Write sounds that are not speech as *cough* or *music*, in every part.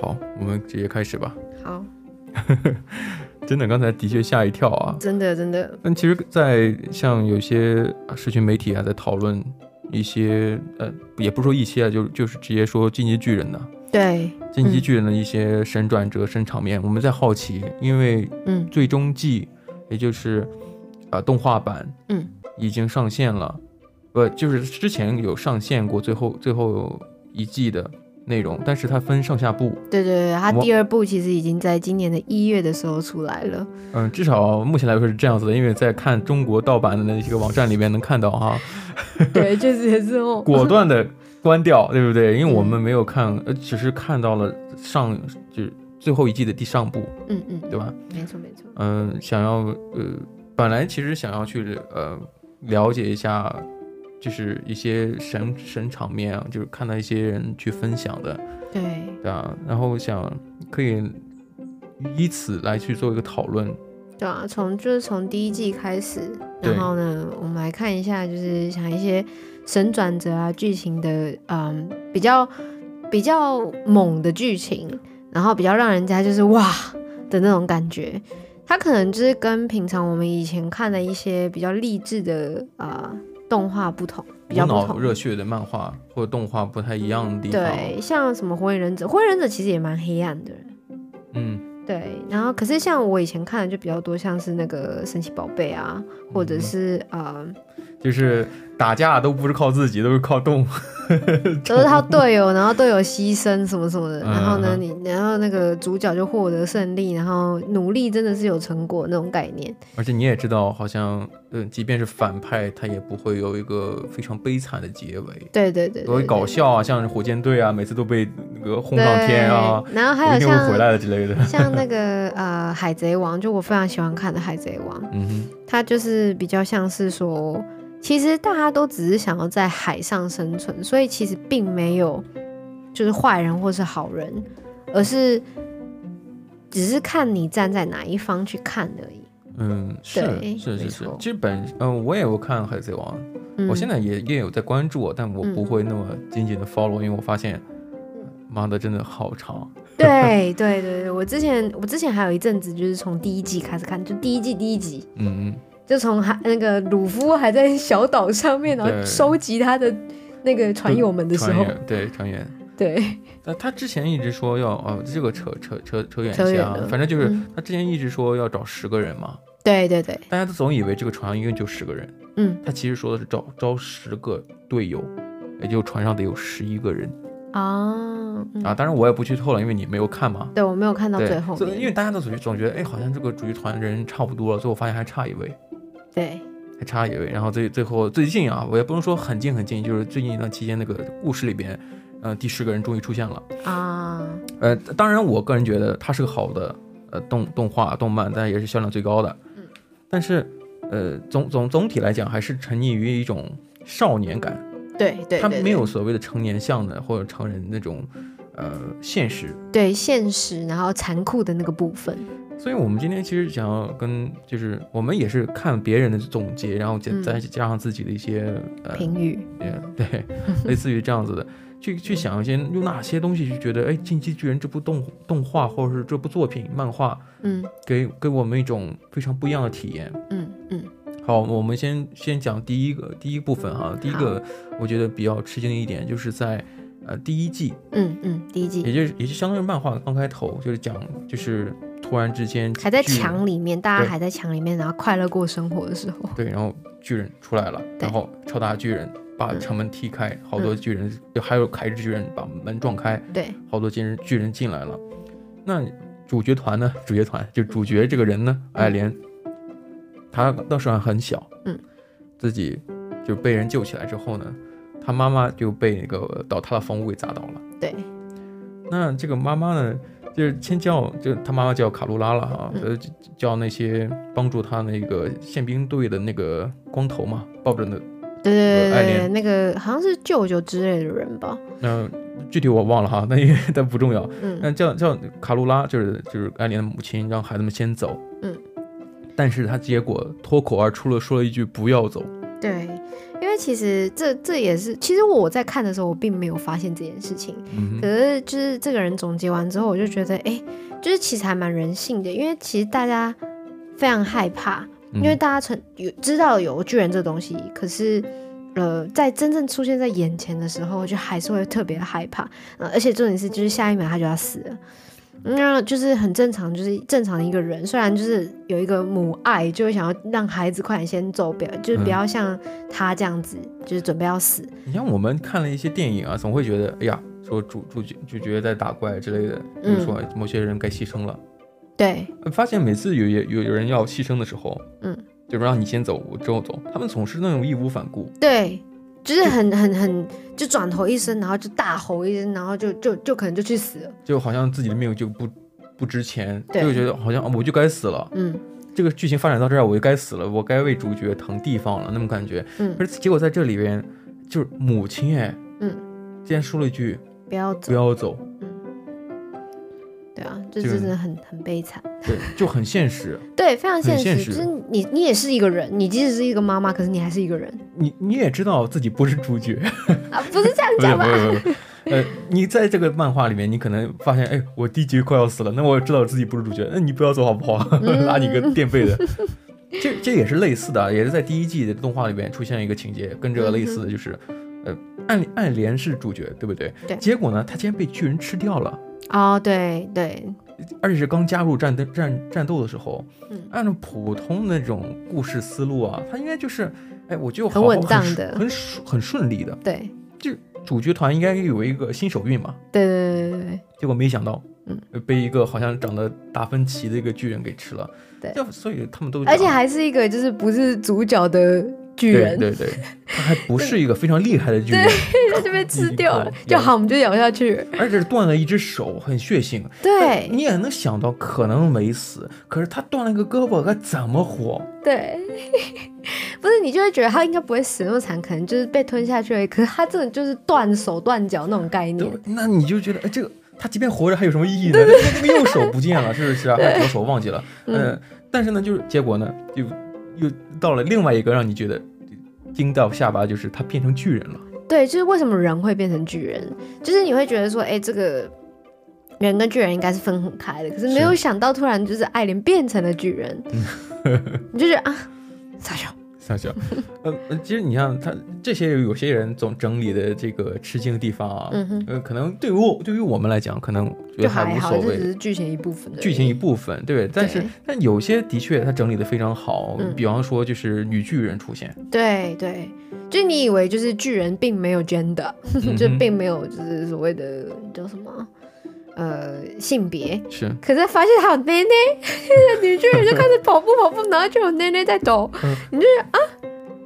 好，我们直接开始吧。好，真的，刚才的确吓一跳啊！真的真的，但其实，在像有些啊社群媒体啊，在讨论一些呃，也不是说一些啊，就就是直接说《进击巨人》的对， 《进击巨人》的一些神转折、神场面，我们在好奇，因为嗯最终季，也就是啊、呃动画版嗯已经上线了，不、就是之前有上线过最后最后一季的内容，但是它分上下部，对对对，它我第二部其实已经在今年的一月的时候出来 *laughs* 了，嗯，至少目前来说是这样子的，因为在看中国盗版的那些个网站里面能看到哈，对，就是也是哦，果断的关掉，对不对？因为我们没有看，呃，只是看到了上就是最后一季的第上部，嗯嗯，对吧？没错没错，嗯、想要呃，本来其实想要去呃了解一下，就是一些神神场面啊，就是看到一些人去分享的，对，对吧？然后想可以以此来去做一个讨论，对啊，从就是从第一季开始，对然后呢，我们来看一下，就是想一些神转折啊，剧情的，嗯，比较比较猛的剧情，然后比较让人家就是哇的那种感觉。它可能就是跟平常我们以前看的一些比较励志的呃动画不同，比无较不脑同。热血的漫画或者动画不太一样的地方。对，像什么火影忍者，火影忍者其实也蛮黑暗的。嗯，对，然后可是像我以前看的就比较多，像是那个神奇宝贝啊，或嗯者是呃，就是打架都不是靠自己，都是靠动物。 *laughs* 都是靠队友，然后队友牺牲什么什么的，然后呢，嗯你然后那个主角就获得胜利，然后努力真的是有成果那种概念。而且你也知道，好像呃，即便是反派，他也不会有一个非常悲惨的结尾，对对对对都会对，搞笑啊，像是火箭队啊，每次都被那个轰上天啊，对。然后我还一定有会回像来的之类的。 *laughs* 像那个呃海贼王，就我非常喜欢看的海贼王，嗯它就是比较像是说，其实大家都只是想要在海上生存，所以其实并没有就是坏人或是好人，而是只是看你站在哪一方去看而已。哼，嗯，是对是是没是错。其实本嗯、我也有看《海贼王》嗯、我现在也也有在关注，但我不嗯会那么紧紧的 follow，因为我发现，妈的，真的好长。对对对对，我之前我之前还有一阵子就是从第一季开始看，就第一季第一集嗯嗯。就从还那个鲁夫还在小岛上面，然对后收集他的那个船友们的时候船，员对船员，对但他之前一直说要哦，这个扯扯扯扯远扯一些远啊了，反正就是嗯他之前一直说要找十个人嘛，对对对，大家都总以为这个船一共就十个人，嗯他其实说的是招招十个队友，也就船上得有十一个人啊嗯啊。当然我也不剧透了，因为你没有看嘛。对我没有看到对最后，所以因为面，大家都总总觉得，哎，好像这个主角团人差不多了，最后发现还差一位，对还差一位。然后最最后最近啊，我也不能说很近很近，就是最近一段期间那个故事里边，呃，第十个人终于出现了。啊，呃，当然，我个人觉得它是个好的呃动动画动漫，但也是销量最高的。嗯，但是呃总总总体来讲，还是沉溺于一种少年感，对对对，它对没有所谓的成年向的或者成人那种呃现实。对现实然后残酷的那个部分，所以我们今天其实想要跟就是我们也是看别人的总结，然后再嗯再加上自己的一些呃评语，也对，类似于这样子的，去去想一些用哪些东西去觉得，哎，《进击巨人》这部动动画或者是这部作品漫画，嗯给给我们一种非常不一样的体验。嗯嗯，好，我们先先讲第一个第一部分哈，第一个我觉得比较吃惊的一点就是在呃第一季，嗯嗯，第一季也就是也就相当于漫画刚开头就是讲就是突然之间还在巨人墙里面，大对家还在墙里面，然后快乐过生活的时候，对，然后巨人出来了，对然后超大巨人把嗯城门踢开，好多巨人就还有凯之巨人把门撞开，对好多巨人巨人进来了。那主角团呢？主角团就主角这个人呢，爱莲，他当时还很小，嗯，自己就被人救起来之后呢，他妈妈就被那个倒塌的房屋给砸倒了。对，那这个妈妈呢，就是先叫，就他妈妈叫卡露拉了啊，嗯呃、叫那些帮助他那个宪兵队的那个光头嘛，抱着那，对对对呃爱对对，莲那个好像是舅舅之类的人吧，那、具体我忘了哈，那因为 *laughs* 但不重要。嗯那叫叫卡露拉，就是就是艾莲的母亲，让孩子们先走。嗯，但是他结果脱口而出了说了一句“不要走对，因为其实这这也是，其实我在看的时候，我并没有发现这件事情。嗯可哼，是就是这个人总结完之后，我就觉得，哎、就是其实还蛮人性的，因为其实大家非常害怕，因为嗯大家成有知道有巨人这东西，可是。呃，在真正出现在眼前的时候，就还是会特别害怕，呃，而且重点是，就是下一秒他就要死了，那就是很正常，就是正常的一个人，虽然就是有一个母爱，就会想要让孩子快点先走，不要就是嗯不要像他这样子，就是准备要死，你像我们看了一些电影啊，总会觉得，哎呀，说主主角主角在打怪之类的，比嗯如说某些人该牺牲了。呃对，发现每次有有有人要牺牲的时候，嗯，就让你先走，我之后走，他们总是那种义无反顾。对，就是很很很，就转头一声，然后就大吼一声，然后就就就可能就去死了。就好像自己的命就不不值钱，对就觉得好像啊我就该死了。嗯这个剧情发展到这儿，我就该死了，我该为主角腾地方了，那种感觉。嗯可，是结果在这里边，就是母亲哎，嗯，竟然说了一句不要不走，要走，对啊，就这个真的很很悲惨。对，就很现实。对，非常现很实，现就实是你你也是一个人，你即使是一个妈妈，可是你还是一个人你你也知道自己不是主角，啊，不是这样不是 *laughs* 不讲吧？是不是。 *laughs* 呃，你在这个漫画里面，你可能发现，哎，我第一集快要死了，那我知道自己不是主角，那你不要走好不好？ *laughs* 嗯拉你个垫背的。 *laughs* 这这也是类似的啊，也是在第一季的动画里面出现一个情节，跟这个类似的就是，呃，暗暗莲是主角，对不对？对结果呢，他竟然被巨人吃掉了，哦，对对，而且是刚加入战斗战战斗的时候。嗯按照普通那种故事思路啊，他应该就是，哎，我就好很稳当的很顺很顺利的。对主角团应该有一个新手运嘛，对对对对对，结果没想到，嗯呃，被一个好像长得达芬奇的一个巨人给吃了。对就所以他们都而且讲还是一个就是不是主角的巨对 *laughs* 人，对对，他还不是一个非常厉害的巨人，他就被吃一口掉了，咬就好，我们就咬下去了。而且是断了一只手，很血腥。但对你也能想到可能没死，可是他断了一个胳膊，该怎么活？对， *laughs* 不是你就会觉得他应该不会死那么惨，可能就是被吞下去而已。可是他真的就是断手断脚那种概对念。，那你就觉得，哎，这个他即便活着还有什么意义呢？那个右手不 *laughs* 见了，是不是啊？还是左手忘记了？嗯嗯，但是呢，就是结果呢，就又到了另外一个让你觉得惊到下巴，就是他变成巨人了。对，就是为什么人会变成巨人，就是你会觉得说，哎、这个人跟巨人应该是分很开的，可是没有是想到突然就是爱莲变成了巨 *laughs* 人，你就觉得啊，傻笑。笑笑， *laughs* 呃，呃其实你像他这些有些人总整理的这个吃惊的地方啊，嗯哼，呃，可能对于我对于我们来讲，可能觉就得还还无好，所这只谓，是剧情一部分的剧情一部分，对。但是对但有些的确他整理的非常好，嗯比方说就是女巨人出现，对对，就你以为就是巨人并没有 gender，、嗯哼 *laughs* 就并没有就是所谓的叫什么呃性别，是，可是发现还有奶奶， *laughs* 那个女巨人就开始跑步跑步，然后就有奶奶在抖。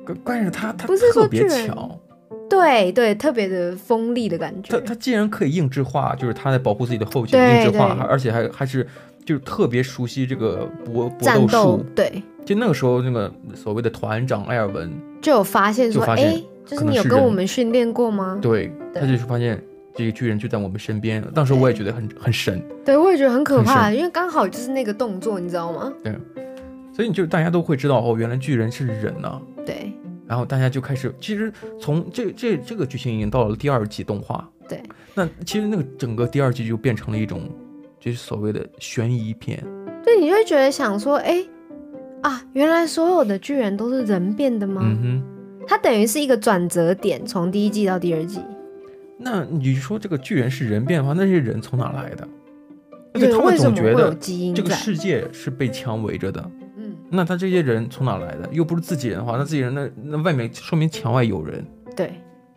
关关键是他他不是说特别巨人巧，对对，特别的锋利的感觉他。他竟然可以硬质化，就是他在保护自己的后颈对硬质化，对而且还还是就是特别熟悉这个搏搏战斗斗术。对，就那个时候，那个所谓的团长艾尔文，就有发现说，就发哎、现就是可能你有是跟人我们训练过吗？对，对他就是发现这个巨人就在我们身边。当时我也觉得很很神，对，我也觉得很可很怕，因为刚好就是那个动作，你知道吗？所以你就大家都会知道哦，原来巨人是人呐、对然后大家就开始，其实从这这这个剧情已经到了第二季动画，对，那其实那个整个第二季就变成了一种就是所谓的悬疑片，对，你就会觉得想说，哎、啊，原来所有的巨人都是人变的吗？嗯哼。它等于是一个转折点，从第一季到第二季。那你说这个巨人是人变的话，那些人从哪来的？而且对，他为们什总么觉会有得基因这个在？世界是被墙围着的，嗯，那他这些人从哪来的？又不是自己人的话，那自己人那那外面说明墙外有人对，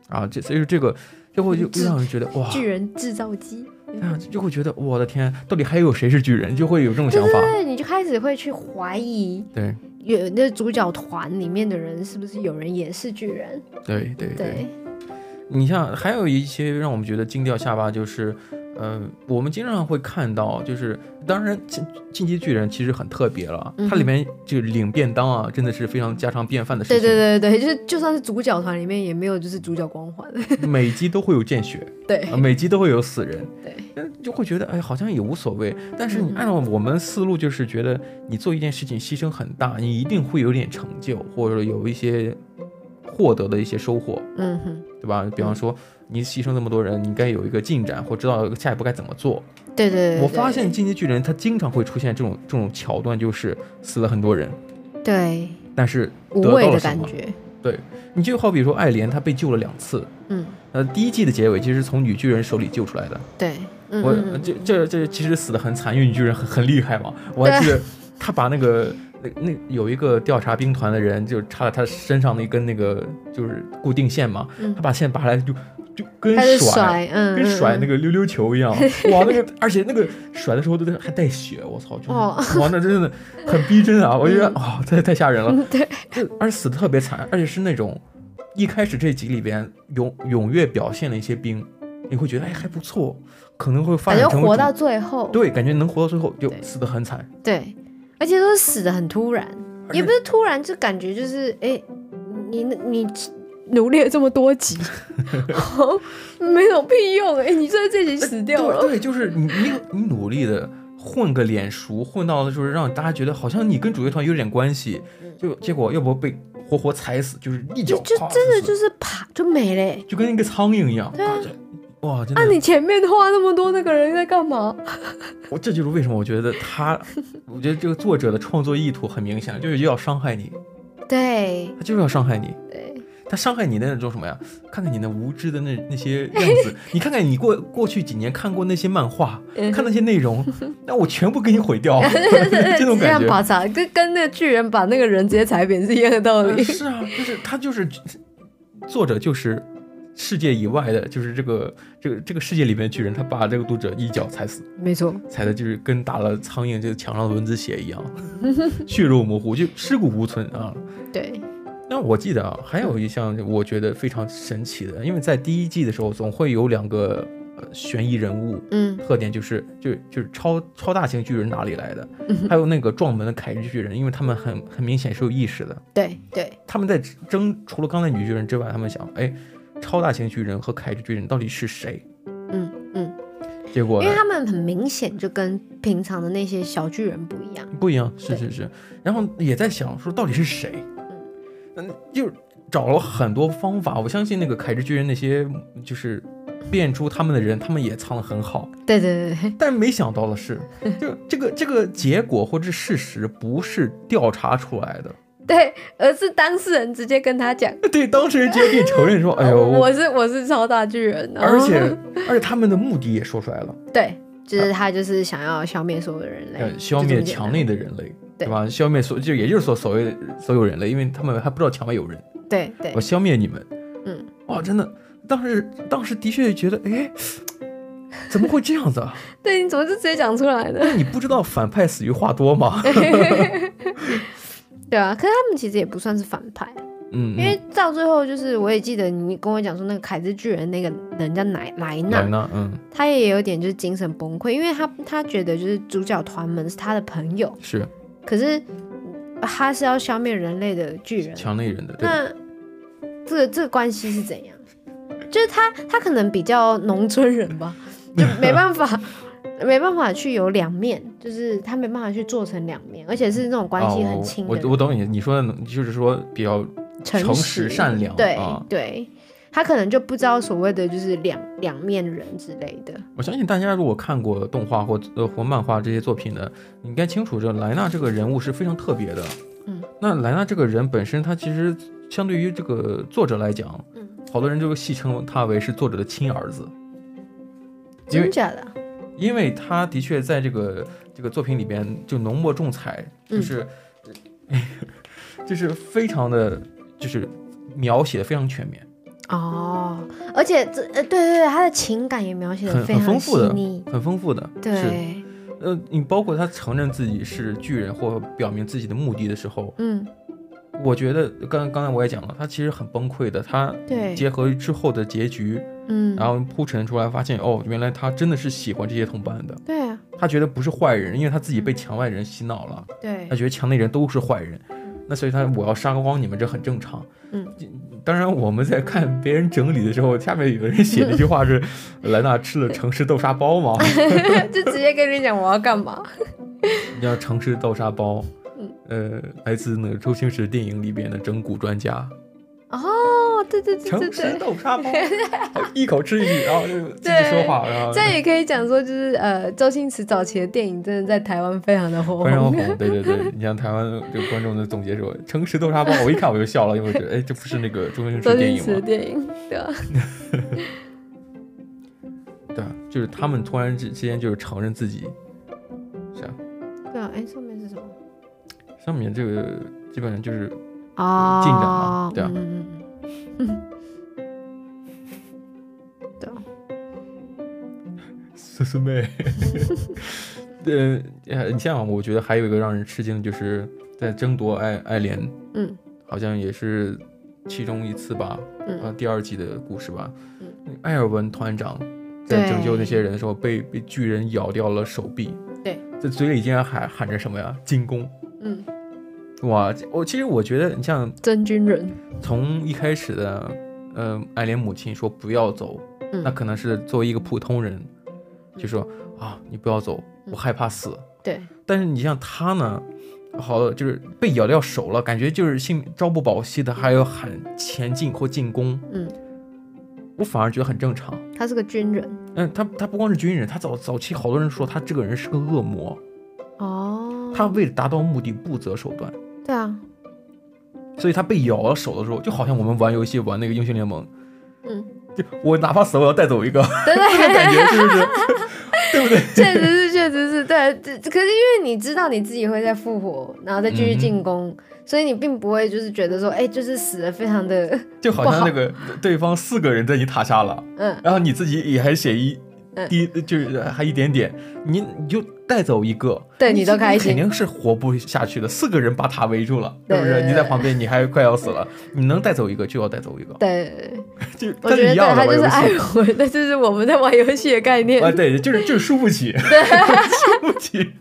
啊，这所以这个就会就这让人觉得哇，巨人制造机。啊，就会觉得我的天，到底还有谁是巨人？就会有这种想法。对，你就开始会去怀疑对有那主角团里面的人是不是有人也是巨人？对对对，你像还有一些让我们觉得惊掉下巴，就是，呃，我们经常会看到，就是当然进进击巨人其实很特别了，嗯哼它里面就领便当啊，真的是非常家常便饭的事对情。对对对，就是就算是主角团里面也没有就是主角光环，对，每集都会有见血，对啊每集都会有死人，对嗯就会觉得哎好像也无所谓。但是嗯你哼按照我们思路，就是觉得你做一件事情牺牲很大，你一定会有点成就，或者有一些获得的一些收获，嗯哼，对吧？比方说你牺牲这么多人，你应该有一个进展，或知道下一步该怎么做。对对对，我发现《进击巨人》它经常会出现这种这种桥段，就是死了很多人，对但是无得味到的了什感么？觉，你就好比说爱莲，她被救了两次。嗯，呃，第一季的结尾其实是从女巨人手里救出来的。对，嗯我呃嗯嗯这这这其实死的很惨，因为女巨人很很厉害嘛。我还记得她把那个那那有一个调查兵团的人，就插在她身上的一根那个就是固定线嘛，嗯她把线拔下来就就跟开始甩。甩，嗯，跟甩那个，个溜溜球一 *laughs* 样，哇，那个而且那个甩的时候都还带血，我操，就是、哦哇，那真的很逼真啊！我觉得嗯哇、太太吓人了，嗯对，就而且死的特别惨，而且是那种一开始这集里边踊踊跃表现了一些兵，你会觉得哎还不错，可能会发感展觉成为活主到最后，对，感觉能活到最后就对死的很惨，对，而且都是死的很突然，而也且不是突然，就感觉就是哎、你你努力了这么多 *laughs* 集，哦没有屁用哎、你在这集死掉对了，对，就是你你你努力的混个脸熟，混到就是让大家觉得好像你跟主角团有点关系，就结果要不被活活踩死，就是一脚嗯就就跨真的死就是啪就没了、欸。就跟一个苍蝇一样，对啊哇，真的，啊！你前面花那么多，那个人在干嘛？我这就是为什么我觉得他，我觉得这个作者的创作意图很明显，就是要伤害你，对他就是要伤害你。对他伤害你的那种什么呀？看看你那无知的那那些样子，你看看你过过去几年看过那些漫画，嗯看那些内 *laughs* 容，那我全部给你毁掉， *laughs* 这种呃这感样觉。拔草，跟跟那个巨人把那个人直接踩扁是一样的道呃 *laughs* 理。是啊，就是他就是作者就是世界以外的，就是这个这个这个世界里面的巨人，他把这个读者一脚踩死，没错，踩的就是跟打了苍蝇这个墙上的蚊子血一样，血肉模糊，就尸骨无存啊。对，那我记得啊，还有一项我觉得非常神奇的，因为在第一季的时候总会有两个呃悬疑人物，嗯特点就是就就是超超大型巨人哪里来的，还有那个撞门的凯日巨人，因为他们很很明显是有意识的，对对，他们在争除了刚才女巨人之外，他们想，哎，超大型巨人和凯日巨人到底是谁？嗯嗯，结果因呢为他们很明显就跟平常的那些小巨人不一样。不一样，是是是，然后也在想说到底是谁，嗯，就是找了很多方法，我相信那个凯之巨人那些就是变出他们的人，他们也藏得很好，对对对对，但没想到的 *laughs* 是，就这个这个结果或者事实不是调查出来的， *laughs* 对，而是当事人直接跟他讲，对，当事人直接给你承 *laughs* 认说，哎呦，哦我是我是超大巨人，然后而且而且他们的目的也说出来了。 *laughs* 对，就是他就是想要消灭所有的人类，呃，消就这么灭简单墙内的人类，对对吧？消灭所就也就是说所谓的所有人类，因为他们还不知道墙外有人，对对我，消灭你们。嗯，哇，真的，当时当时的确觉得，哎，怎么会这样子啊？ *laughs* 对，你怎么就直接讲出来呢？那你不知道反派死于话多 *laughs* 吗？对啊，可是他们其实也不算是反派，嗯，因为到最后就是我也记得你跟我讲说那个凯之巨人那个人叫莱莱嗯莱纳，纳，嗯，他也有点就是精神崩溃，因为他他觉得就是主角团们是他的朋友，是可是他是要消灭人类的巨人，墙内人的，对，那这个这个关系是怎样？就是他他可能比较农村人 *laughs* 吧，就没办法没办法去有两面，就是他没办法去做成两面，而且是那种关系哦很亲我的人、我我懂你，你说的就是说比较诚诚实善良对、啊对，他可能就不知道所谓的就是两两面人之类的。我相信大家如果看过动画或呃或漫画这些作品的，你应该清楚这莱纳这个人物是非常特别的。嗯，那莱纳这个人本身，他其实相对于这个作者来讲，嗯，好多人就戏称他为是作者的亲儿子，因真为假的啊？因为他的确在这个这个作品里边就浓墨重彩，嗯就是、 *laughs* 就是非常的就是描写的非常全面。哦，而且这呃，对对对，他的情感也描写的很非很常丰细富的腻，很丰富的，是对，呃，你包括他承认自己是巨人或表明自己的目的的时候，嗯，我觉得刚刚才我也讲了，他其实很崩溃的。他对，结合之后的结局，嗯，然后铺陈出来，发现哦，原来他真的是喜欢这些同伴的。对啊，他觉得不是坏人，因为他自己被墙外人洗脑了，嗯对他，觉得墙内人都是坏人。那所以他我要杀光你们，这很正常。嗯这，当然我们在看别人整理的时候，下面有人写了一句话 *laughs* 是：“莱纳吃了城市豆沙包吗？”就直接跟你讲我要干嘛。你要尝试豆沙包嗯，呃，来自那个周星驰电影里边的整蛊专家，哦，对对对对城市对，豆沙 *laughs* 包，一口吃进去，然后就继续说话，然后这样 *laughs* 也可以讲说，就是呃，周星驰早期的电影真的在台湾非常的火非常红。红。对对对，你像台湾就观众的总结说，城市豆沙包，我一看我就笑了，因为我觉得哎，这不是那个周星驰周的电星影驰的吗？电影，对啊，对啊，就是他们突然之之间就是承认自己，是啊，对啊，哎，上面是什么？上面这个基本上就是哦，进展嘛对啊嗯嗯嗯对啊，思思妹。 *laughs* 呃，呃你像我觉得还有一个让人吃惊的就是在争夺爱爱莲，嗯好像也是其中一次吧，呃，嗯，第二季的故事吧嗯。艾尔文团长在对拯救那些人的时候，被被巨人咬掉了手臂。对，在嘴里竟然喊喊着什么呀？进攻！嗯，哇，这我其实我觉得，你像真军人，从一开始的，呃，爱莲母亲说不要走，嗯那可能是作为一个普通人，就说啊，你不要走，嗯我害怕死。对，但是你像他呢，好了，就是被咬掉手了，感觉就是性朝不保夕的，还要喊前进或进攻，嗯，我反而觉得很正常。他是个军人嗯，他他不光是军人，他早早期好多人说他这个人是个恶魔，哦，他为了达到目的不择手段，对啊，所以他被咬了手的时候，就好像我们玩游戏玩那个英雄联盟，嗯，就我哪怕死我要带走一个，对这种 *laughs* 感觉是不是？对不对？ *laughs* 确实是，确实是对。啊这可是因为你知道你自己会再复活，然后再继续嗯进攻，所以你并不会就是觉得说，哎、就是死的非常的，就好像那个对方四个人在你塔下了，嗯，然后你自己也还写一嗯滴，就是还一点点，你你就带走一个，对你你都开肯心。定是活不下去的。四个人把塔围住了，是不对对是？对你在旁边，你还快要死了，你能带走一个就要带走一 *laughs* 个，对，就我但觉是得一对样的他就玩是游爱 *laughs* 戏。我，那就是我们在玩游戏的概念。啊，对，就是就是输不起， *laughs* 输不起。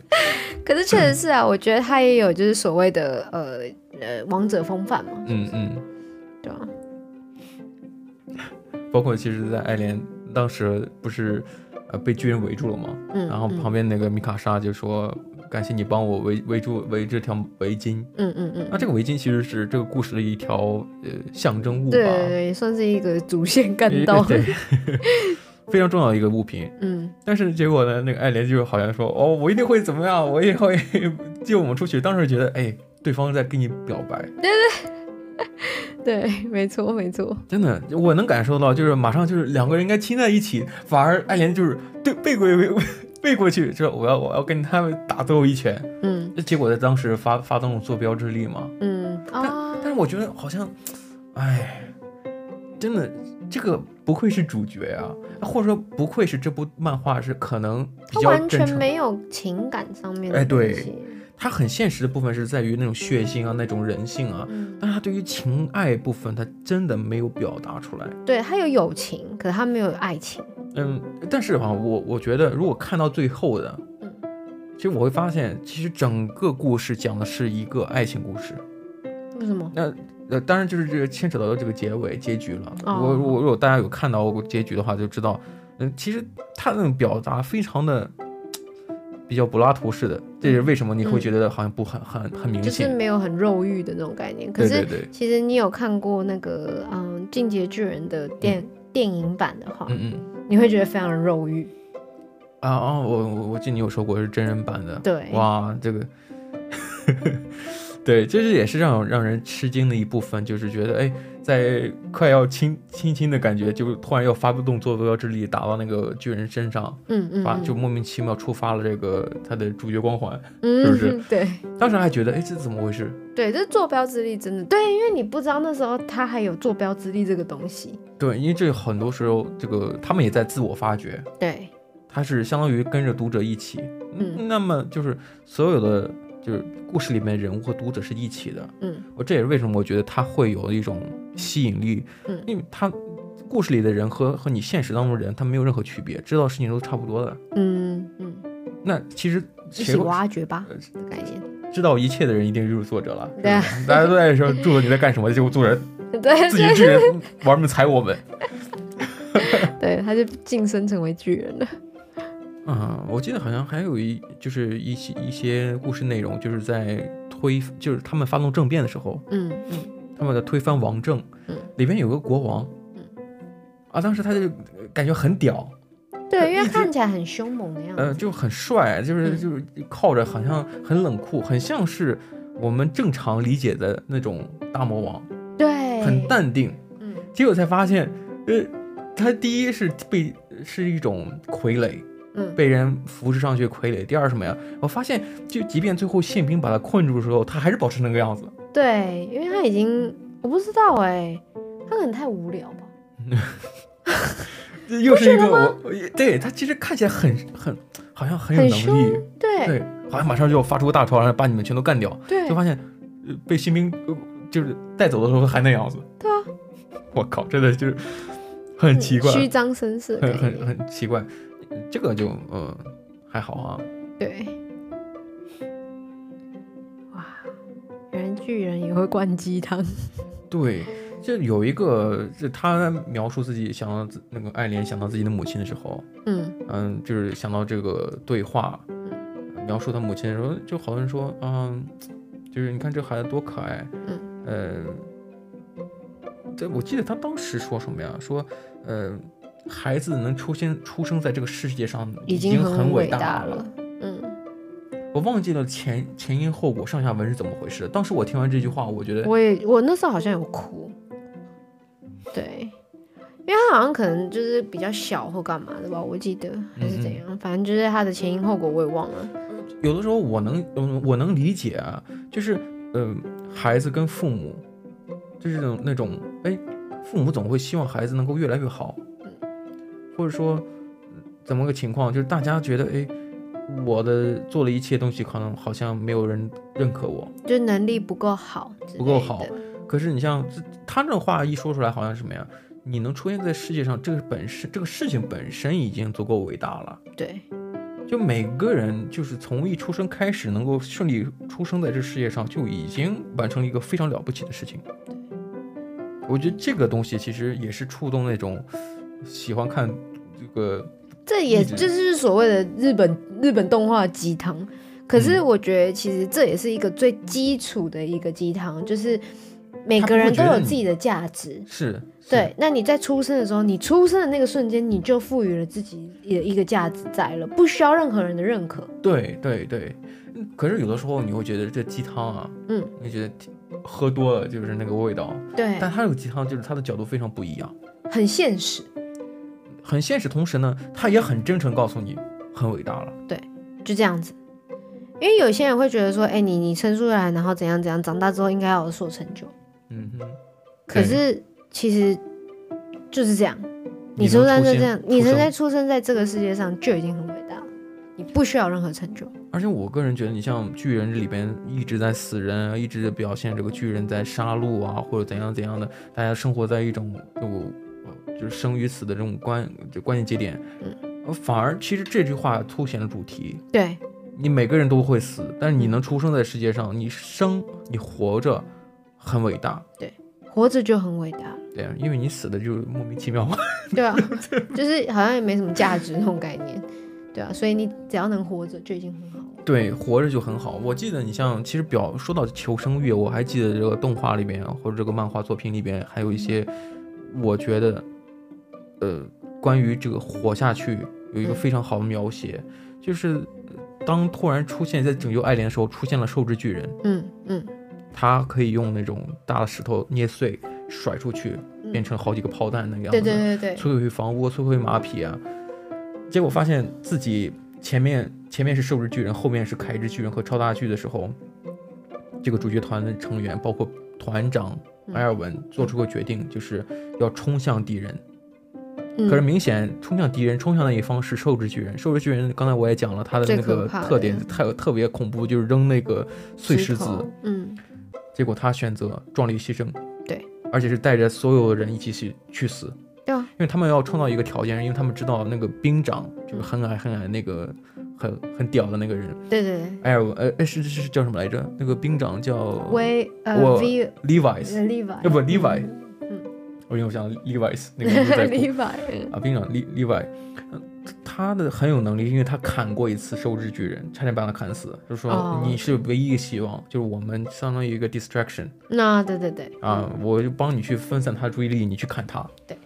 可是确实是啊，我觉得他也有就是所谓的呃呃王者风范嘛，嗯嗯，对吧、包括其实，在爱莲当时不是呃被巨人围住了吗？嗯，然后旁边那个米卡莎就说：“感谢你帮我围围住围这条围巾。”嗯嗯嗯那嗯，这个围巾其实是这个故事的一条呃象征物吧，对对对，也算是一个主线干呃道。对， *laughs* 非常重要的一个物品。 *laughs* 嗯，但是结果呢，那个爱莲就好像说哦，我一定会怎么样，我也会救我们出去。当时觉得哎，对方在跟你表白，对，没错没错，真的，我能感受到，就是马上就是两个人应该亲在一起，反而爱莲就是对背过背背过去，就是我要我要跟他们打最后一拳。嗯结果在当时发发动了坐标之力嘛，嗯啊，但是我觉得好像，哎，真的，这个不愧是主角啊，或者说不愧是这部漫画是可能比他较完真全诚。没有情感上面的哎东对西，它很现实的部分是在于那种血腥啊，那种人性啊，嗯，但是它对于情爱部分，它真的没有表达出来。对他有友情，可是他没有爱情，嗯，但是哈、我我觉得如果看到最后的嗯，其实我会发现，其实整个故事讲的是一个爱情故事。为什么？呃，当然就是这个牵扯到这个结尾结局了。哦我我如果大家有看到过结局的话，就知道，嗯，其实他那种表达非常的比较柏拉图式的，这也是为什么你会觉得好像不很很很明嗯就是显。没有很肉欲的那种概念。可对对是对，其实你有看过那个嗯《进阶巨人》的电、电影版的话，嗯嗯你会觉得非常肉欲。啊啊，我我我记得你有说过是真人版的。对，哇，这个， *laughs* 对，这是也是让让人吃惊的一部分，就是觉得哎，在快要亲亲亲的感觉，就突然要发动坐标之力打到那个巨人身上。嗯嗯，发嗯就莫名其妙触发了这个他的主角光环。嗯是不是？对当时还觉得，哎，这怎么回事？对，这坐标之力真的对，因为你不知道那时候他还有坐标之力这个东西。对，因为这很多时候，这个他们也在自我发掘，对，他是相当于跟着读者一起。嗯那么就是所有的就是故事里面人物和读者是一起的。嗯我这也是为什么我觉得他会有一种吸引力，嗯因为他故事里的人和和你现实当中的人，他没有任何区别，知道事情都差不多的。嗯嗯，那其实一谁起会呃挖掘吧的概念。知道一切的人一定就是作者了，是不是对啊大家都在说作者你在干什么，结果作者 *laughs* 对自己巨人玩命踩我们。 *laughs* 对，他就晋升成为巨人了。 *laughs* 嗯，我记得好像还有一就是一些一些故事内容，就是在推，就是他们发动政变的时候，嗯嗯他们的推翻王政，嗯里边有个国王，啊，当时他就感觉很屌，对，因一为直看起来很凶猛的样呃，子，就很帅，就是嗯就是靠着好像很冷酷，很像是我们正常理解的那种大魔王，对，很，淡定。嗯，结果才发现，呃，他第一是被是一种傀儡，嗯被人扶持上去的傀儡。第二是什么呀？我发现，就即便最后宪兵把他困住的时候，他还是保持那个样子。对，因为他已经我不知道哎、他可能太无聊吧，这又是一个不觉得我，我也对他其实看起来很很好像很有很能力，凶，对对，好像马上就要发出个大招，然后把你们全都干掉。对就发现、呃、被新兵、呃就是带走的时候还那样子。对啊，我靠，真的就是很奇怪，嗯虚张声势的很概很念，很奇怪。这个就呃还好啊，对，哇，原来巨人也会灌鸡汤，对。嗯就有一个，就他描述自己想到自那个爱莲想到自己的母亲的时候，嗯嗯，就是想到这个对话，描述他母亲的时候，就好像说，嗯，就是你看这孩子多可爱，嗯，呃，这我记得他当时说什么呀？说，呃，孩子能出现出生在这个世界上已经很伟大了，嗯，我忘记了前前因后果、上下文是怎么回事。当时我听完这句话，我觉得我也我那时候好像有哭，对。因为他好像可能就是比较小或干嘛的吧，我记得还嗯是怎样，反正就是他的前因后果我也忘了。有的时候我能，嗯，我能理解啊，就是，嗯、孩子跟父母，就是那种那种，哎，父母总会希望孩子能够越来越好，或者说，嗯怎么个情况？就是大家觉得，哎，我的做了一切东西，可能好像没有人认可我。就能力不够好之类的，不够好可是你像这他这话一说出来，好像是什么呀？你能出现在世界上，这个本身这个事情本身已经足够伟大了。对，就每个人就是从一出生开始能够顺利出生在这世界上，就已经完成了一个非常了不起的事情。我觉得这个东西其实也是触动那种喜欢看这个，这也一直就是所谓的日本日本动画鸡汤。可是嗯我觉得，其实这也是一个最基础的一个鸡汤，就是每个人都有自己的价值。是，是，对，那你在出生的时候，你出生的那个瞬间，你就赋予了自己的一个价值在了，不需要任何人的认可。对对对。嗯可是有的时候你会觉得这鸡汤啊，嗯，你觉得喝多了就是那个味道，对，但它这个鸡汤就是它的角度非常不一样，很现实。很现实，同时呢，它也很真诚告诉你很伟大了。就这样子。因为有些人会觉得说，哎、你你生出来，然后怎样怎样，长大之后应该要有所成就。嗯哼，可对是其实就是这样，你你出能生出就现这样，你出生生在出生在这个世界上就已经很伟大了，你不需要任何成就。而且我个人觉得，你像巨人这里边一直在死人啊，一直表现这个巨人在杀戮啊，或者怎样怎样的，大家生活在一种就呃就是生与死的这种关就关键节点。嗯，反而其实这句话凸显了主题：对你每个人都会死，但是你能出生在世界上，你生你活着很伟大。对，活着就很伟大了。对啊，因为你死的就是莫名其妙嘛。 *laughs* 对啊，就是好像也没什么价值那种概念。对啊，所以你只要能活着就已经很好了。对，活着就很好。我记得你像，其实表说到求生欲，我还记得这个动画里边或者这个漫画作品里边，还有一些我觉得，呃，关于这个活下去有一个嗯非常好的描写，就是呃当突然出现在拯救爱莲的时候，出现了兽之巨人，嗯嗯，他可以用那种大的石头捏碎甩出去，变成好几个炮弹那个样子。对对嗯对对，摧毁房屋、摧毁马匹啊。结果发现自己前面前面是兽之巨人，后面是凯之巨人和超大巨的时候，这个主角团的成员包括团长嗯埃尔文做出个决定，就是要冲向敌人。嗯可是明显冲向敌人，冲向那一方是兽之巨人。兽之巨人刚才我也讲了，他的最那可个怕的特点太特别恐怖，就是扔那个碎石子。头嗯，结果他选择壮烈牺牲，对，而且是带着所有人一起去去死，对啊因为他们要创造一个条件，因为他们知道那个兵长就是很矮很矮那个很很屌的那个人，对对对，埃尔文，呃，哎是是是叫什么来着？那个兵长叫威呃哦我 V 呃 Levi's， Levi，要不 Levi，嗯 *laughs* 我因为我想 Levi's 那个牛仔裤，Levi，啊，兵长 Le Levi，呃他他的很有能力，因为他砍过一次收之巨人，差点把他砍死。就说哦你是唯一一个希望，就是我们相当于一个 distraction 那嗯对对对，啊，我就帮你去分散他的注意力，你去砍他。嗯对。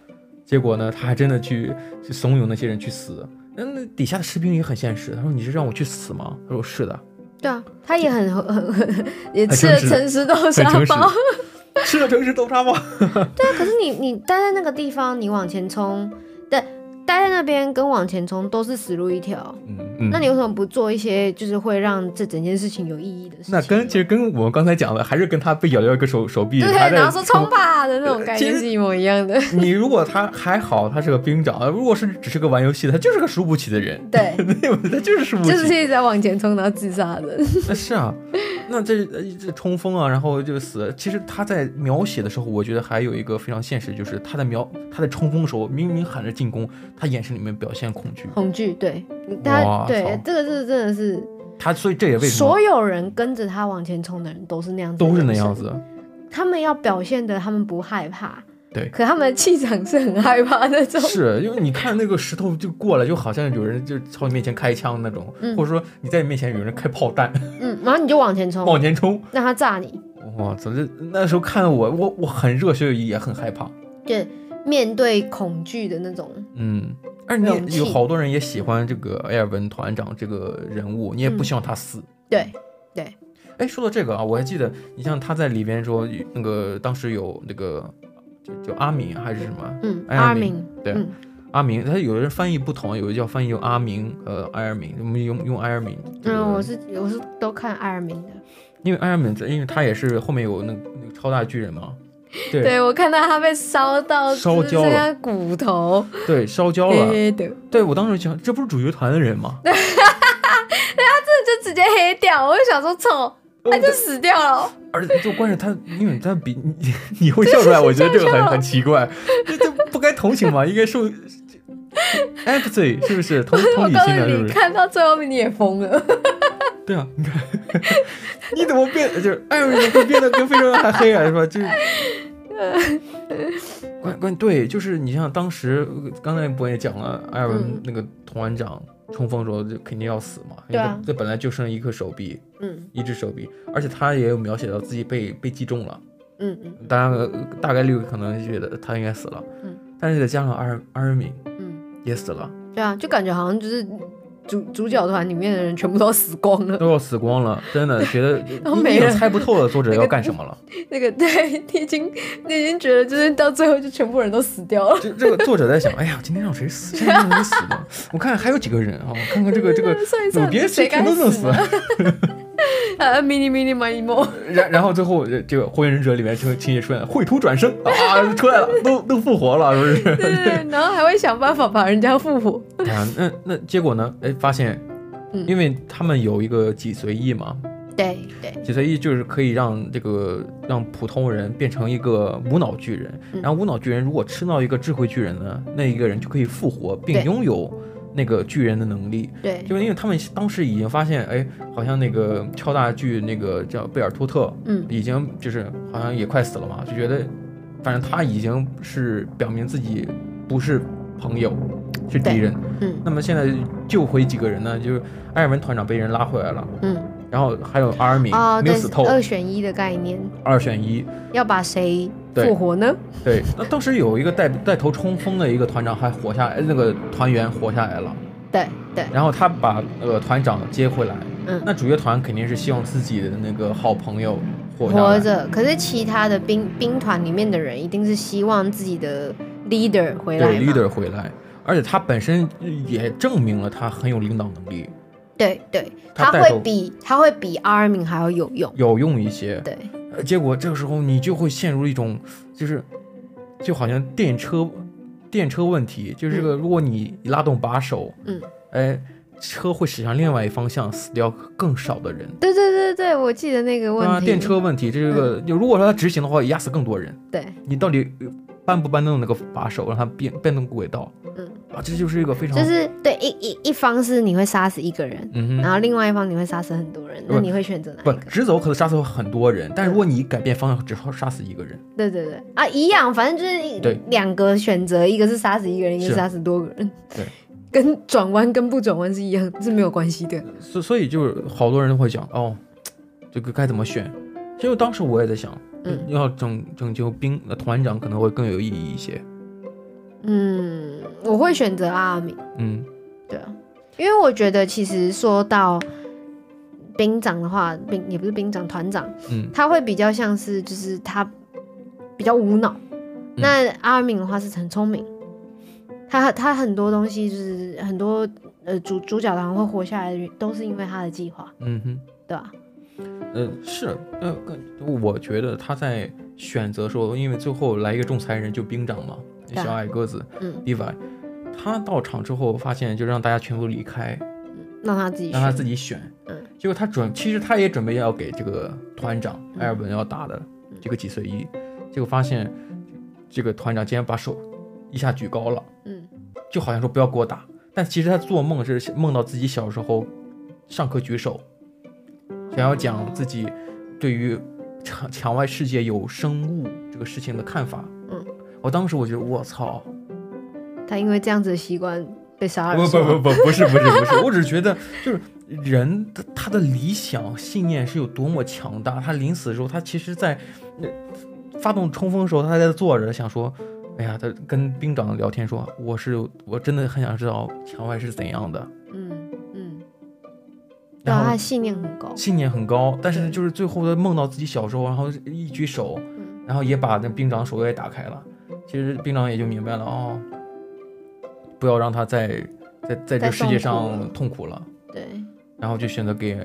结果呢，他还真的去去怂恿那些人去死。那那底下的士兵也很现实，他说：“你是让我去死吗？”他说：“是的。对啊，他也很很很也很吃了诚实诚实豆沙诚实包，” *laughs* 吃了诚实豆沙包。对啊，可是你你待在那个地方，你往前冲，对，待在那边跟往前冲都是死路一条。嗯嗯。那你为什么不做一些就是会让这整件事情有意义的事情呢？那跟其实跟我们刚才讲的，还是跟他被咬掉一个手手臂，对，他在然后说冲吧的那种呃概其念实是一模一样的。你如果他还好，他是个兵长；如果是只是个玩游戏的，他就是个输不起的人。 *laughs* 对， *laughs* 对，他就是输不起。 *laughs* 就是一直在往前冲，然后自杀的。那是啊，那这呃这冲锋啊，然后就死。其实他在描写的时候，我觉得还有一个非常现实，就是他在描他在冲锋的时候，明明喊着进攻，他眼神里面表现恐惧。 *laughs* 恐惧，对，你哇他操对这个是真的是，他所以这也为什么所有人跟着他往前冲的人都是那样子，都是那样。子。他们要表现的，他们不害怕，对，可他们的气场是很害怕那 *laughs* 种。是因为你看那个石头就过来，就好像有人就朝你面前开枪那种，嗯或者说你在你面前有人开炮弹嗯，然后你就往前冲，往前冲。让他炸你。哇，总之那时候看我，我我很热血，也很害怕。对，面对恐惧的那种，嗯，而且你勇也气有好多人也喜欢这个埃尔文团长这个人物，你也不嗯希望他死。对，哎、说到这个啊，我还记得，你像他在里边说，那个当时有那个就就阿敏还是什么嗯，哎呀阿明明，对嗯，阿明，他有的人翻译不同，有的叫翻译用阿明，呃，埃尔敏，我们用用埃尔敏。这个嗯，我是我是都看阿尔明的，因为埃尔敏在，因为他也是后面有那个那个超大巨人嘛，对对我看到他被烧到烧焦剩了下骨头，对，烧焦黑了。黑的，对我当时想，这不是主角团的人吗？就直接黑掉。我就想说，操，嗯他就死掉了。而且就关键他，因为他比你 *laughs* 你会笑出来，我觉得这个很很奇怪， *laughs* 这这不该同情吗？应该受 *laughs* empathy 是不是同同我理告诉心的，是不你，是？看到最后面你也疯了。对啊，你看， *laughs* 你怎么变就是艾瑞怎么会变得跟非洲人还黑啊？是吧？就是。关关对，就是你像当时呃刚才我也讲了，艾文嗯那个团长冲锋的时候就肯定要死嘛，因对为啊这本来就剩一颗手臂，嗯一只手臂，而且他也有描写到自己被被击中了。嗯嗯大家呃大概率可能觉得他应该死了，嗯，但是再加上阿尔阿尔敏嗯，也死了，对啊，就感觉好像就是主主角团里面的人全部都死光了。都要死光了，真的觉得 *laughs* 都你没已经了猜不透了作者要干什么了。 *laughs* 那个对，你已经你已经觉得就是到最后就全部人都死掉了，这这个作者在想，哎呀，今天让谁死？今天让谁死呢？我看还有几个人啊，我看看这个这个 *laughs* 算一有算别谁全该都弄死死呢。？ *laughs* 呃，mini mini mini mo，然然后最后这这个《火影忍者》里面这个情节出现了，绘图转生啊，出来了，都都复活了，是 *laughs* 不是？对对对，然后还会想办法把人家复活。 *laughs* 啊，那那结果呢？哎，发现，嗯因为他们有一个脊髓翼嘛，对对，脊髓翼就是可以让这个让普通人变成一个无脑巨人，嗯然后无脑巨人如果吃到一个智慧巨人呢，那一个人就可以复活并对拥有那个巨人的能力。对，就是因为他们当时已经发现，哎，好像那个超大巨那个叫贝尔托特，嗯已经就是好像也快死了嘛，就觉得反正他已经是表明自己不是朋友，是敌对人。嗯那么现在救回几个人呢？就是艾尔文团长被人拉回来了。嗯，然后还有阿尔敏、哦，没有对死透，，二选一的概念，二选一。要把谁对复活呢？对，那当时有一个带带头冲锋的一个团长还活下哎来，那个团员活下来了。对对，然后他把呃团长接回来，嗯。那主角团肯定是希望自己的那个好朋友活下来。活着，可是其他的兵兵团里面的人一定是希望自己的 leader 回来对嘛 leader 回来，而且他本身也证明了他很有领导能力，对对，他他带头会比他会比阿尔敏还要有用，有用一些。对呃结果这个时候你就会陷入一种，就是就好像电车电车问题，就是这个，如果你拉动把手，嗯，哎，车会驶向另外一方向，死掉更少的人。对对对对，我记得那个问当题，嗯然，啊电车问题，这个、如果说它执行的话，压死更多人。对，你到底呃搬不搬动那个把手，让它变变动轨道？嗯啊，这就是一个非常就是对一一一方是你会杀死一个人，哦嗯然哼。后另外一方你会杀死很多人，不那你会选择哪不一个？直走可能杀死很多人，但如果你改变方向，只好杀死一个人。对对对啊，一样，反正就是一对两个选择，一个是杀死一个人，一个是啊是杀死多个人，对，跟转弯跟不转弯是一样，是没有关系的。所所以就是好多人都会讲哦，这个该怎么选？其实当时我也在想，嗯要拯拯救兵呃团长可能会更有意义一些。嗯，我会选择阿米，嗯，对啊，因为我觉得其实说到兵长的话，兵也不是兵长，团长，嗯，他会比较像是就是他比较无脑，嗯那阿敏的话是很聪明，他他很多东西就是很多呃主主角然后会活下来的原，都是因为他的计划，嗯哼。对吧、呃，是，呃，跟我觉得他在选择时候，因为最后来一个仲裁人，就兵长嘛，啊小矮个子，嗯，迪瓦，他到场之后发现，就让大家全部离开，让他自己让他选，自己选。嗯，结果他准，其实他也准备要给这个团长嗯埃尔文要打的这个脊髓医，结果发现这个团长竟然把手一下举高了，嗯就好像说不要给我打，但其实他做梦是梦到自己小时候上课举手，想要讲自己对于墙墙外世界有生物这个事情的看法。嗯，我当时我觉得我操，他因为这样子的习惯被杀不不了，是不吗，不不是不是不是，我只是觉得就是人的他的理想信念是有多么强大。他临死的时候，他其实在、呃、发动冲锋的时候，他还在坐着想说，哎呀，他跟兵长聊天说，我是有我真的很想知道墙外是怎样的。嗯嗯，对然啊，后他的信念很高，信念很高，但是对就是最后他梦到自己小时候，然后一举手，嗯然后也把那兵长手也打开了。其实兵长也就明白了哦，不要让他在在在这再个世界痛苦了上痛苦了，对。然后就选择给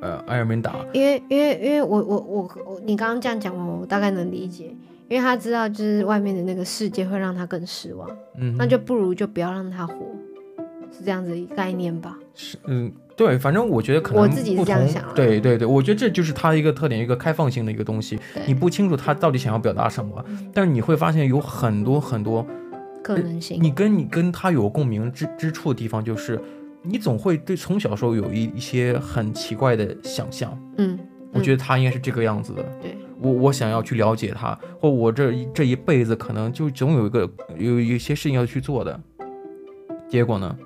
呃艾尔明打。因为因为因为我我我我，你刚刚这样讲我，我大概能理解，因为他知道就是外面的那个世界会让他更失望，嗯，那就不如就不要让他活，是这样子一个概念吧？是嗯对，反正我觉得可能我自己是不这样同想啊对对对，我觉得这就是他一个特点，一个开放性的一个东西。对嗯你不清楚他到底想要表达什么，但是你会发现有很多很多可能性，你跟你跟他有共鸣之之处的地方，就是你总会对从小时候有一一些很奇怪的想象。嗯，我觉得他应该是这个样子的。对，我我想要去了解他，或我这一这一辈子可能就总有一个有一些事情要去做的。结果呢，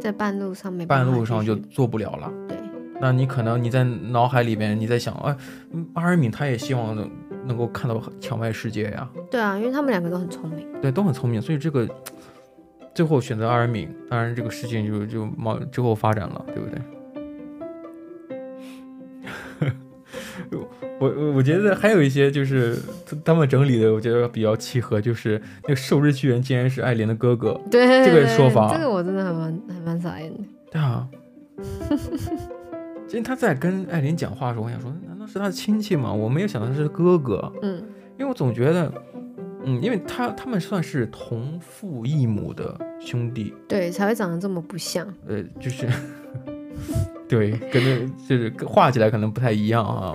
在半路上没办半法路上继就续做不了了。对，那你可能你在脑海里边你在想，哎，嗯阿尔敏他也希望能能够看到墙外世界呀，对啊，因为他们两个都很聪 *laughs* 明，对，都很聪明，所以这个最后选择阿尔敏，当然这个事情就就往之后发展了，对不 *laughs* 对？我我我觉得还有一些就是他他们整理的，我觉得比较契合，就是那个受之巨人竟然是爱莲的哥哥，对对，这个对对说法这个我真的还蛮还蛮傻眼的，对啊。 *laughs* 其实他在跟艾琳讲话的时候，我想说，难道是他的亲戚吗？我没有想到他是哥哥，嗯因为我总觉得，嗯，因为他他们算是同父异母的兄弟，对，才会长得这么不像，呃，就是 *laughs* 对，可能就是画起来可能不太一样啊，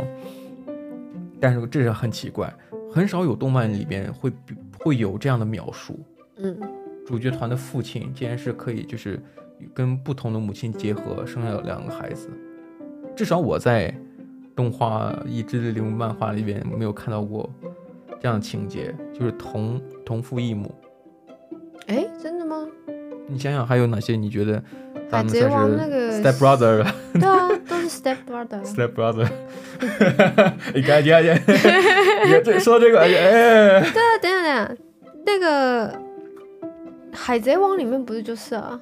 但是这是很奇怪，很少有动漫里边会比会有这样的描述，嗯主角团的父亲竟然是可以就是跟不同的母亲结合生下了两个孩子，至少我在动画《一之灵》漫画里边没有看到过这样的情节，就是同同父异母。哎，真的吗？ *laughs* 你想想还有哪些你觉得海咱们贼算王是那个 step brother 了对啊，都是 step brother， Step Brother，你哎赶紧赶紧，你 *laughs* 这说这个，哎，哎对啊，等一下等一下，那个海贼王里面不是就是啊？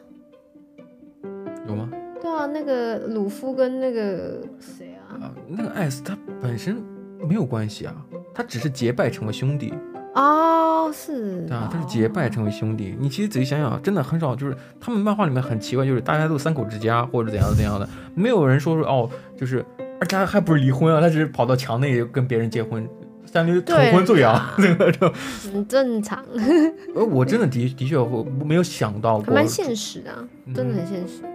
有吗？对啊，那个鲁夫跟那个谁啊？啊，那个艾斯他本身没有关系啊，他只是结拜成为兄弟，哦，是对啊，他是结拜成为兄弟。你其实仔细想想，真的很少，就是他们漫画里面很奇怪，就是大家都三口之家或者怎样怎样的，没有人说说哦，就是而且他还不是离婚啊，他只是跑到墙内跟别人结婚，相当于重婚罪啊。对 *laughs* 很正常， *laughs* 呃，我真的的的确我没有想到还过，蛮现实的、啊，真的嗯很现实。嗯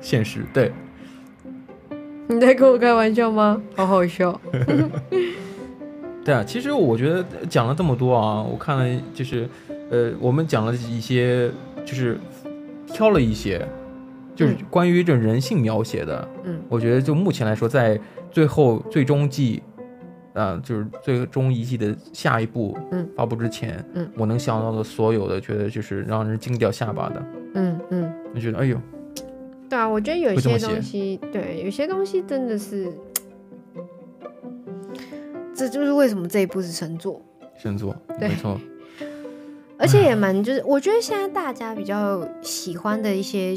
现实对。你在跟我开玩笑 *laughs* 吗？好好笑。对啊，其实我觉得讲了这么多啊，我看了就是，呃，我们讲了一些，就是挑了一些，就是嗯关于这种人性描写的。嗯我觉得就目前来说，在最后最终季，呃，就是最终一季的下一部嗯发布之前，嗯我能想到的所有的，觉得就是让人惊掉下巴的，嗯嗯，你觉得哎呦，对啊，我觉得有一会这些么东西，对，有些东西真的是，这就是为什么这一部是神作，神作，对没 *laughs* 错，而且也蛮就是，我觉得现在大家比较喜欢的一些，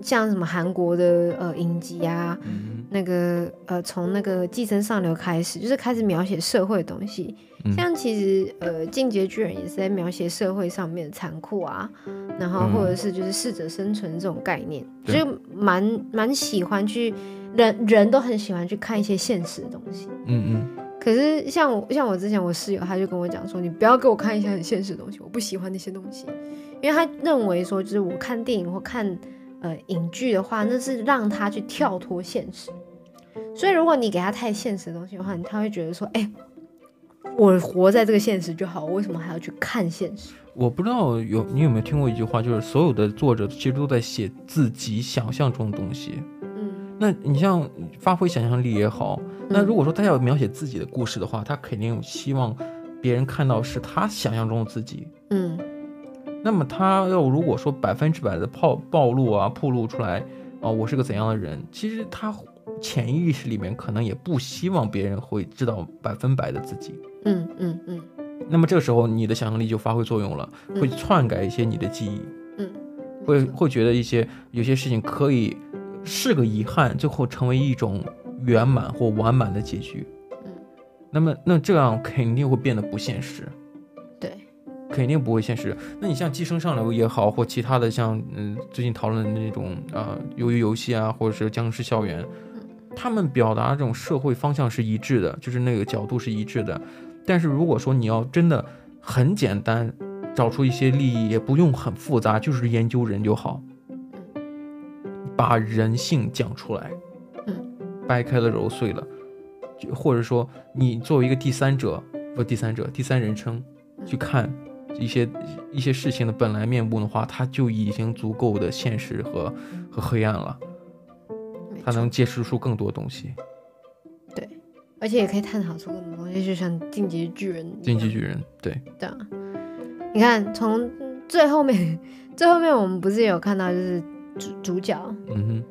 像什么韩国的呃影集啊，嗯，那个呃从那个《寄生上流》开始，就是开始描写社会的东西，嗯像其实呃《进阶巨人》也是在描写社会上面的残酷啊，然后嗯或者是就是适者生存这种概念，对就蛮蛮喜欢去人人都很喜欢去看一些现实的东西。嗯可是像我像我之前我室友他就跟我讲说，你不要给我看一些很现实的东西，我不喜欢那些东西，因为他认为说就是我看电影或看呃影剧的话，那是让他去跳脱现实。所以如果你给他太现实的东西的话，他会觉得说，哎、我活在这个现实就好，我为什么还要去看现实？嗯，我不知道有你有没有听过一句话，就是所有的作者其实都在写自己想象中的东西。嗯，那你像发挥想象力也好，那如果说他要描写自己的故事的话，他肯定希望别人看到是他想象中的自己。嗯那么他要如果说百分之百的暴暴露啊、暴露出来啊、我是个怎样的人，其实他潜意识里面可能也不希望别人会知道百分百的自己。嗯嗯嗯那么这个时候，你的想象力就发挥作用了，会篡改一些你的记忆，嗯，没会错会觉得一些有些事情可以是个遗憾，最后成为一种圆满或完满的结局。嗯，那么那这样肯定会变得不现实，对，肯定不会现实。那你像《寄生上流》也好，或其他的像嗯最近讨论的那种啊、鱿鱼游戏啊，或者是僵尸校园，嗯他们表达这种社会方向是一致的，就是那个角度是一致的。但是如果说你要真的很简单，找出一些利益，也不用很复杂，就是研究人就好，把人性讲出来，嗯，掰开了揉碎了，就或者说你作为一个第三者，不第三者，第三人称嗯去看一些一些事情的本来面目的话，它就已经足够的现实和和黑暗了，没它错能揭示出更多东西。而且也可以探讨出更多东西，就像《进击的巨人》一进样击巨人，对，对啊，你看从最后面，最后面我们不是有看到就是主主角嗯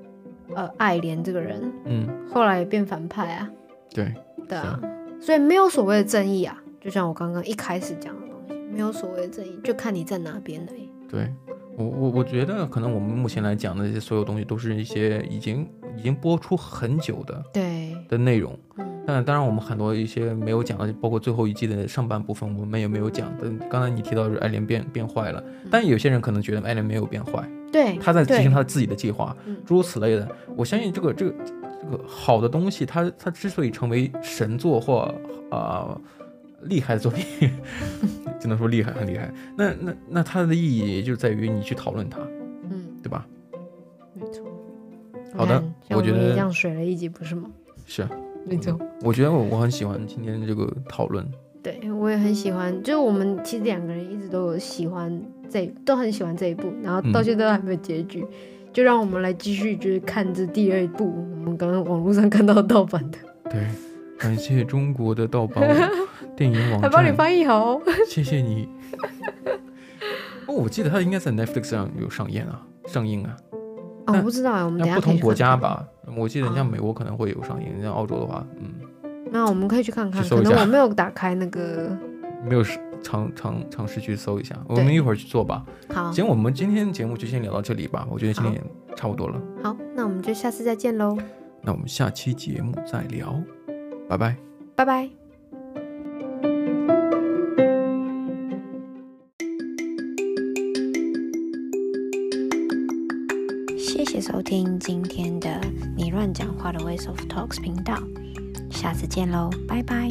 呃爱莲这个人，哼，嗯，后来也变反派啊，对，对啊，所以没有所谓的正义啊，就像我刚刚一开始讲的东西，没有所谓的正义，就看你在哪边而已。对我我我觉得可能我们目前来讲的这些所有东西都是一些已经已经播出很久的对，的内容。嗯但当然，我们很多一些没有讲的，包括最后一季的上半部分，我们也没有讲。但刚才你提到是爱莲变变坏了，但有些人可能觉得爱莲没有变坏，对，他在执对行他自己的计划嗯，诸如此类的。我相信这个这个这个好的东西，它它之所以成为神作或呃厉害的作品， *laughs* 只能说厉害很厉害。那那那它的意义也就在于你去讨论它，嗯，对吧？没错。好的你看像我觉们也得这样水了一集不是吗？是，啊没错。我觉得我我很喜欢今天这个讨论，对，我也很喜欢，就是我们其实两个人一直都有喜欢这，都很喜欢这一部，然后到嗯现在都还没有结局，就让我们来继续就是看这第二部，我们刚刚网络上看到的盗版的，对。感谢中国的盗版 *laughs* 网电影网还帮你站，翻译好哦。谢谢你。哦，我记得它应该在 Netflix 上有上映啊，上映啊。哦，我不知道啊，我们等一嗯那下不可以同去国家看看。吧，我记得像美国可能会有上映，像澳洲的话，嗯，那我们可以去看看，去搜可一能下我没有打开那个。没有时尝尝尝试去搜一下，我对们一会儿去做吧。好，行，我们今天节目就先聊到这里吧，我觉得今天也差不多了，好，那我们就下次再见喽，那我们下期节目再聊，拜拜。拜拜。谢谢收听今天的你乱讲话的 Ways of Talks 频道，下次见喽，拜拜。